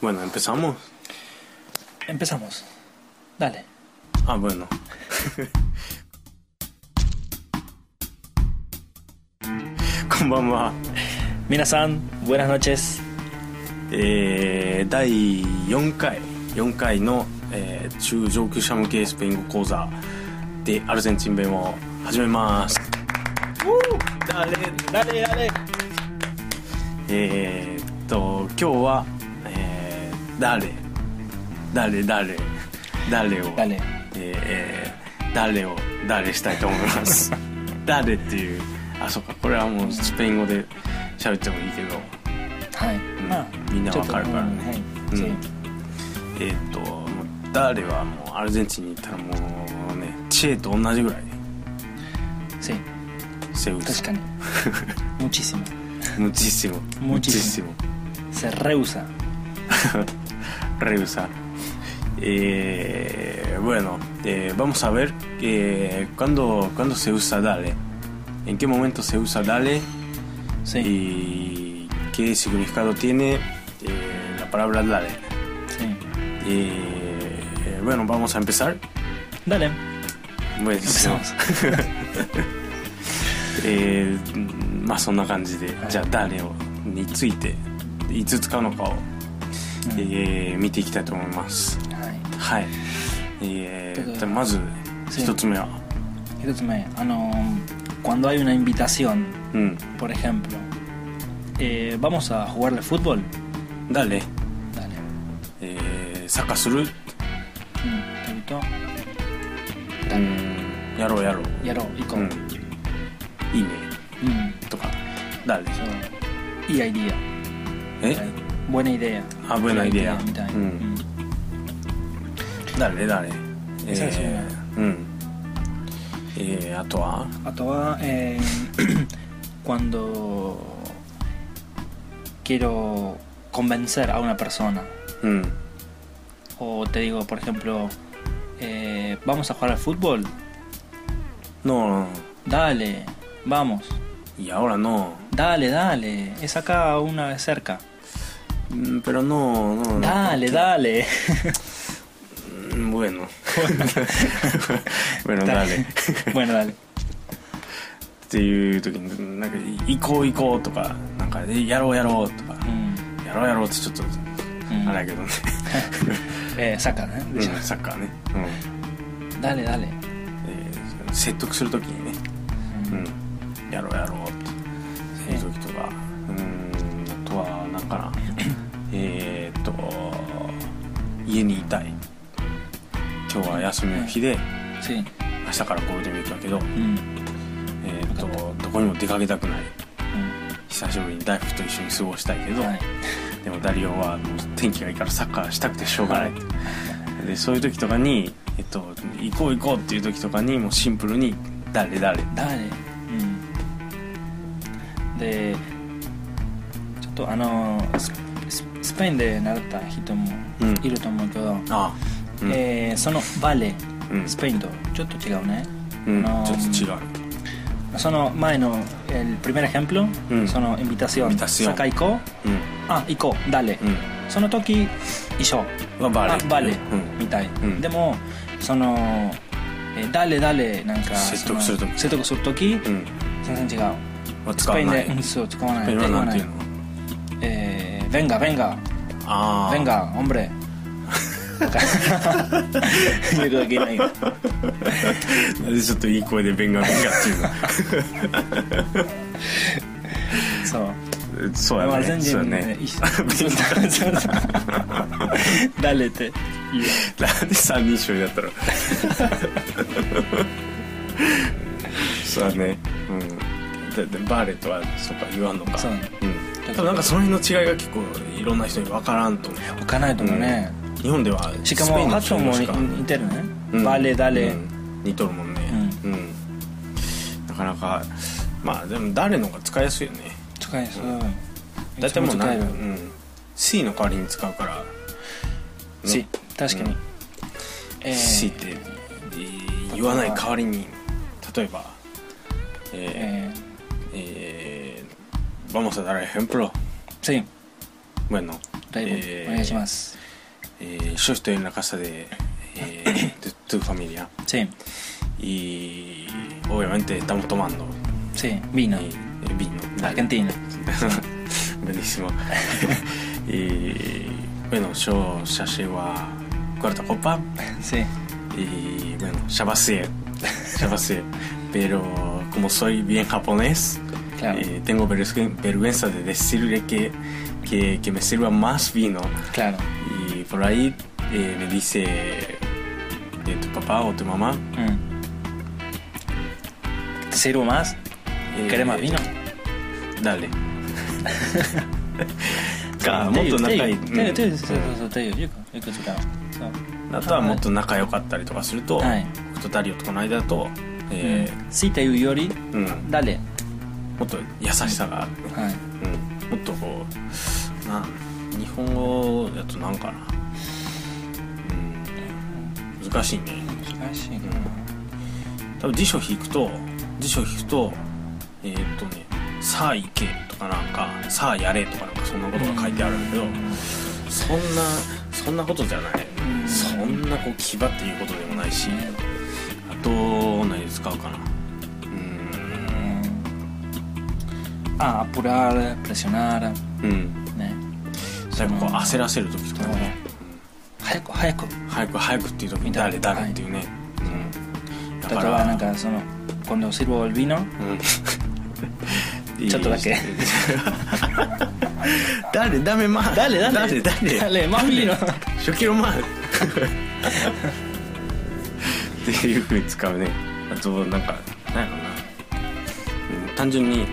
Bueno, empezamos. Empezamos. Dale. Ah, bueno.こんばんは。皆さん、buenas noches。えー第4回、4回の、えー中上級者向けスペイン語講座でアルゼンチン弁を始めます。 Dale, dale, dale. えーっと、今日は、えー誰誰誰誰を、誰えーえー誰を誰したいと思い ます。誰っていう、あ、そうか、これはもうスペイン語で喋ってもいいけど、はい。んまあ、みんなわかるからねちょうんっとうんはい。えーっと、もう誰はもうアルゼンチンに行ったらもうね、チェと同じぐらい、 Sí, sí, セウ確ス。かに。Muchísimo. ムチッシモ。ムチッシモ Se rehúsa. rehusar. Eh, bueno, eh, vamos a ver eh, cuándo, cuándo se usa Dale, en qué momento se usa Dale Sí, y qué significado tiene eh, la palabra Dale. sí. Eh, eh, bueno, vamos a empezar. Dale. Pues, Empezamos. eh, まあそんな感じで、はいじゃあ誰をについていつ使うのかを、うん えー見ていきたいと思います。はい。はい。えーけどじゃあまず一つ目は、 Entonces, me- ah, no, cuando hay una invitación, うん、 por ejemplo, eh, vamos a jugarle fútbol. 誰、 Dale. えー、サッカーする、 Mm, te invitó. Mm. うん、やろうやろう、 Y う ahora, y ん con.、いいね Mm, とか、誰、 so, y hay día. え、Ah, Buena idea. あぶないでや mi time.、うん、 Mm. 誰誰、えそうそうー、うん、えー、あとは、 Atoa, eh, cuando quiero convencer a una persona, うん、 o te digo, por ejemplo, eh, vamos a jugar al fútbol, の、 dale, vamos, いやほらの、 dale, dale, es acá una cerca, うん、pero no, Mm. no, no. dale, dale. Mm, Bueno. bueno, dale. bueno, dale. っていう時になんか「行こう行こう」とか「なんかえやろうやろう」とか「Mm, やろうやろう」ってちょっと mm. あれやけどね Eh, saca, ¿eh? うん サッカーね、うん Dale, dale. えー説得する時にね「う Mm. ん、やろうやろう」っていう時とかうんあとはなん かなえーっと家にいたい今日は休みの日で Sí. 明日からゴールデンウィークだけど、 Mm, えーっとどこにも出かけたくない mm. 久しぶりに大福と一緒に過ごしたいけど、 Ay, でもダリオはもう天気がいいからサッカーしたくてしょうがない、でそういう時とかに、えっと、行こう行こうっていう時とかにもうシンプルに「誰誰 Dale. Mm. De. Choto, ah, no. Spain de Narata, Hitomo, Mm. Irutomo, todo. ああうん、 Eh, sono vale, うん、 Spain to. Choto chigao, ¿eh? うんあのちょっと違う Sono, maeno, el primer ejemplo, Mm. sono invitación. Invitación. Mm. Sakai ko. う Ah, iko, dale. ん Sono toki, y yo. Ah, うんはバレーあバレーうんみたい、うんでもその「えー誰誰」なんか説得する時その説得する時うん全然違うはス使ペわインなでい「うんそう使わない」ペインはなんていうのえー、ベンガベンガああベンガオン ブレ」言うことけないよなんでちょっといい声でベンガベンガっていうのそうそう やまあね全そうや然ね一緒そうそうそう「誰」って言うなんで三人称にな ったのそうだねうんででバーレットはそうか言わんのかそううん多分なんかその辺の違いが結構いろんな人に分からんと思置かないともね、う日本ではしかスペイもンの発人音もしにか似てるね「うんバレ」「誰」うん似とるもんねうん、なかなかまあでも誰の方が使いやすいよね使いそう大体もういつも使なえんか、うるん、C の代わりに使うからし確かに、うんえー強いて、えー言わない代わりに例えばえーええー、vamos a dar ejemplo ー、sí bueno ライブえーお願いします。 Eh, yo estoy en la casa de, eh, de tu familia Sí, y obviamente estamos tomando sí, vino. eh, eh, vino. Argentina. Buenísimo. y bueno, yo ya llego a cuarta copa Sí, y bueno, ya pasé, ya pasé. Pero como soy bien japonés, claro, eh, tengo vergüenza- vergüenza de decirle que, que, que me sirva más vino. claro. Y por ahí eh, me dice eh, tu papá o tu mamá. Mm. ¿Te sirvo más? eh, ¿Querés más vino? Dale. Claro, もっと仲いい。ていうていううんそうそうそうていうよくよく使うそうあとはもっと仲良かったりとかすると、はい僕とダリオとこの間だと、えうんついて言うよりーうんだれもっと優しさがあって、はいうんもっとこうな日本語だとなんかな、うん、難しいね難しいな多分辞書引くと辞書引くとえーっとね「さあ行け」とかなんか「さあやれ」とかなんかそんなことが書いてあるんだけど、そんなそんなことじゃない、うんそんなこう牙っていうことでもないし、あと何使うかなあアプラープレッショナーうんうんね最後こう焦らせる時とかね、早く早く早く早くっていう時にみたい誰誰なはいっていうね、うんだ例えばなんかその今度シルボールビーノうん ちょっとだけ誰ダメまあ誰誰誰誰誰マフィーの初キロ前っていうふうに使うねあとなんかなんやろうな、うん単純に、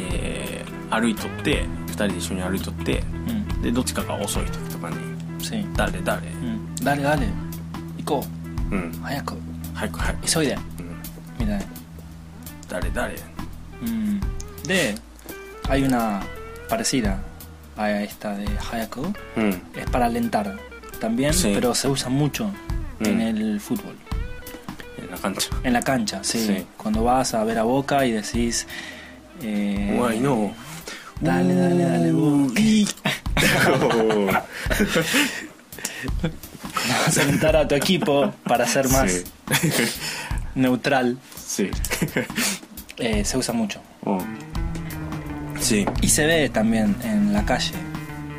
えー歩いとって2人で一緒に歩いとってうんでどっちかが遅い時とかに「 sí 誰誰うん誰誰行こうんう早く早く早く、急いでうん、みたいな誰誰うんで hay una parecida a esta de Hayaku うん」 es para alentar también, Sí. pero se usa mucho en Mm. el fútbol, な感じ en la cancha, sí. Sí. Cuando vas a ver a Boca y decís... eh, うわいの Dale, dale, dale, お Boca. ーいいおー Vas a alentar a tu equipo para ser más せ neutral. せ eh, se usa mucho. うんせ Y se ve también en la calle.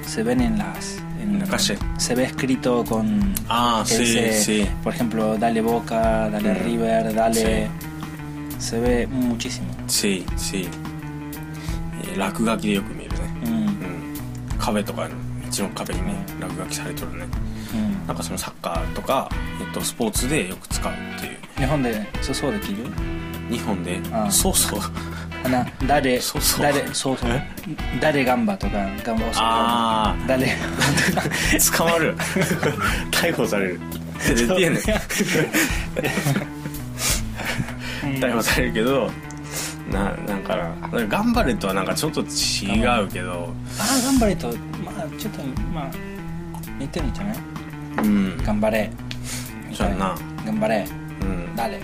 Se ven en las... En la calle. Se ve escrito con... Ah, que sí, dice, sí. Por ejemplo, dale Boca, dale Mm. River, dale... Se ve muchísimo. せいせい、えー落書きでよく見るね、 Mm, うん、壁とか道の壁にね落書きされとるね mm. なんかそのサッカーとか、えっと、スポーツでよく使うっていう日本でそうそうできる日本でああそうそうあな誰そうそう誰そうそうえ誰ガンバとかガンバあ大阪誰捕まる逮捕される出て やねん Mm. 逮捕されるけどななんかななんか頑張れとはなんかちょっと違うけどあー頑張れとまあちょっとまあ似てるんじゃないうん頑張れみたいそう頑張うれん誰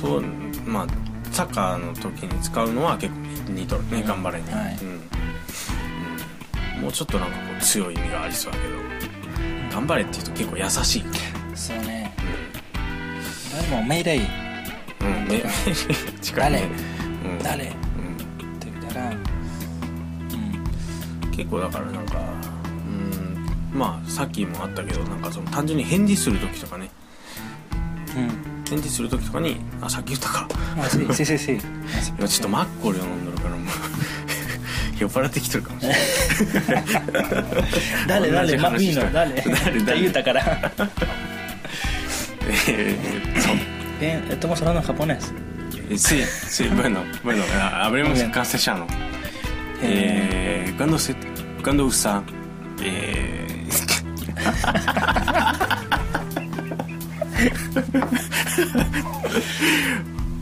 そうまあサッカーの時に使うのは結構似とるね、うん頑張れに、はいうんうんもうちょっとなんかこう強い意味がありそうだけど頑張れって言うと結構優しいそうね誰も命令うん、うん、ね近いねうん誰ってうん言ったらうん結構だからなんかうんまあさっきもあったけどなんかその単純に返事する時とかねうん返事する時とかにあさっき言ったかあそうそうそ うそう今ちょっとマッコリを飲んどるからもう酔っ払ってきてるかもしれない誰同じ誰マフィ話しーたの 誰っ誰て言ったからえーそう Bien, estamos hablando en japonés Eh, Sí, sí, bueno, bueno, ah, hablemos Muy en bien. castellano. Eh, cuando se, cuando usa, eh,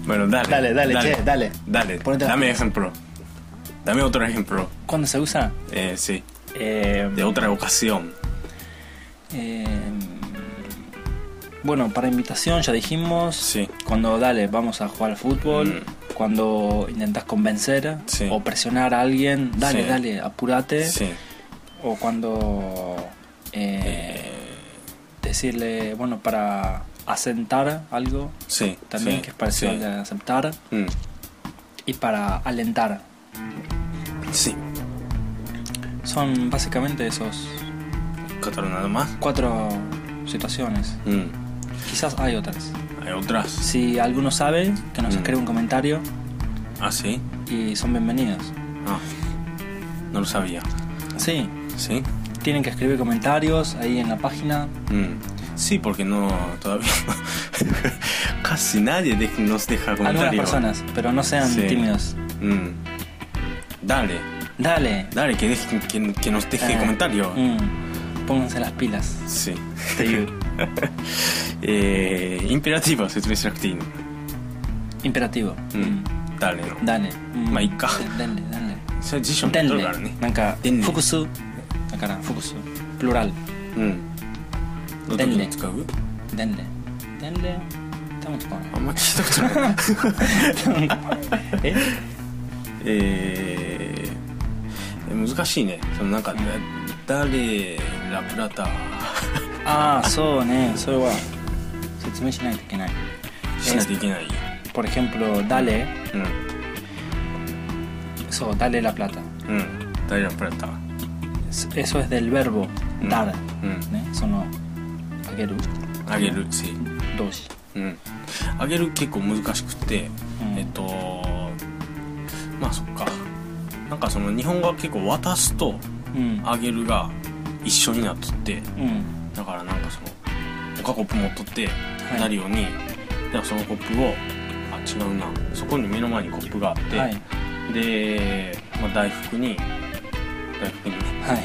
bueno, dale, Dale, dale, dale, che, dale. dale, Ponete las dame ejemplo, dame otro ejemplo, ¿Cuándo se usa? eh, sí, Eh, de otra ocasión. eh, bueno, para invitación ya dijimos. Sí. Mm. Cuando dale, vamos a jugar al fútbol. Cuando intentas convencer Sí. o presionar a alguien, dale, Sí. dale, apúrate. Sí, o cuando eh, Eh, decirle, bueno, para asentar algo sí. también, sí, que es parecido sí. al de aceptar, Mm, y para alentar. sí. Son básicamente esos ¿Catar nada más? cuatro situaciones. Mm. Quizás hay otras. ¿Hay otras? Si alguno sabe, que nos Mm. escriba un comentario Ah, sí. y son bienvenidos. Ah, no lo sabía. Sí, ¿Sí? tienen que escribir comentarios ahí en la página. Mm. Sí, porque no, todavía no. Casi nadie de- nos deja comentarios. Algunas personas, pero no sean Sí. tímidos. Mm. Dale, Dale. dale, que, dejen- que, que nos deje Eh, comentario. mm, pónganse las pilas. Sí. Eh, imperativa,説明しなくていいの Imperativo. Mm. うん。誰の Dale. Mm, まあいいか Denle, denle. それ辞書に載っと Denle. るからね。なんか、¿eh? Denle. 複数。だから、複数。プロラル。うん。の時に使う Denle. Denle. 多分使わない あんま聞いたことないええー、難しいね。そのなんか、誰、ラプラターああ、そうね。それは説明しないといけない。しないといけない。 Por ejemplo, dale. うそう、dale la plata. ん。うん。誰ラプラター Eso es del verbo dar. ¿eh? うん。ね、その、あげるあげる、せい。動詞。うん、上げる結構難しくて、うんえっとまあそっかなんかその日本語は結構渡すとうん。上げるが一緒になっとってうん。だからなんかその他コップ持っとっていなるように、でそのコップをあ違うなそこに目の前にコップがあって、はい。で、まあ、大福に大福にねはい。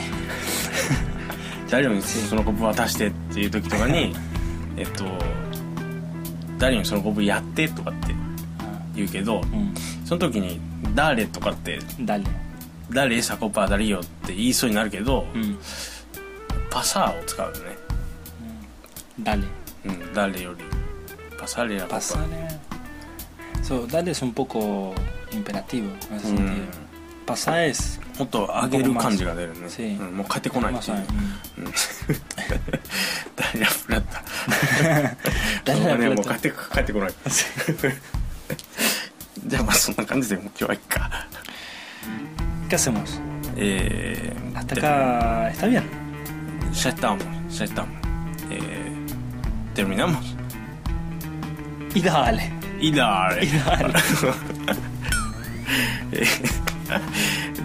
誰にそのコップ渡してっていう時とか にえっと誰にそのコップやってとかって Ah, 言うけど、うその時に「誰」とかってん。dale. 「誰サコパー誰よ」って言いそうになるけど、うん。パサーを使うよね Dale. うん「誰」より「パサレラコパ Pasar. So, dale es un poco imperativo en ese うん sentido. Pasar es. もっと上げる感じが出るね、 Sí. うんもう帰ってこないっていう pasar. うん誰ラプラッタ Dale la ねもう帰 plata. って帰ってこない じゃあまあそんな感じでもう今日はいっか ¿Qué hacemos? えー、 Hasta acá está bien. ya estamos ya estamos Eh, terminamos Y dale. Y dale. Y dale. Eh,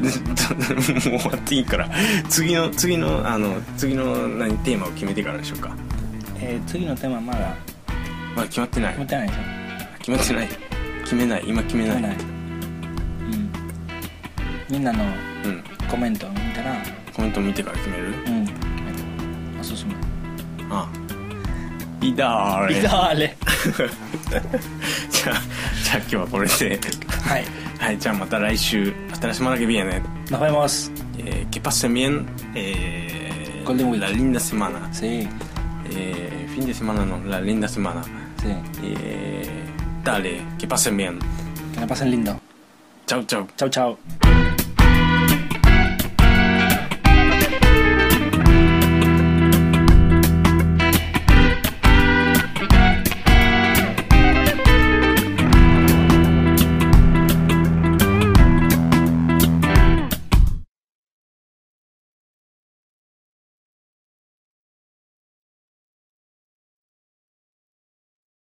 もう終わっていいから次の次のあの次の何テーマを決めてからでしょうか Eh, Tsugi no tema mala. まだ決まってない ¿Cómo te han hecho? 決まってない決めない今決めない Nada. Mm. Minna no うん comento. Mintara. コメント見てから決める Mm. comento. O susume. ああいだー Y れ dale. じゃあじゃあ今日はこれで Ay. はいじゃあまた来週新しまなけびやね Nos vemos. eh, que pasen bien eh, Golden Week. la linda semana Sí. Eh, fin de semana no, la linda semana. Sí. Eh, dale, que pasen bien. Que la pasen lindo. Chau, chau. Chau, chau.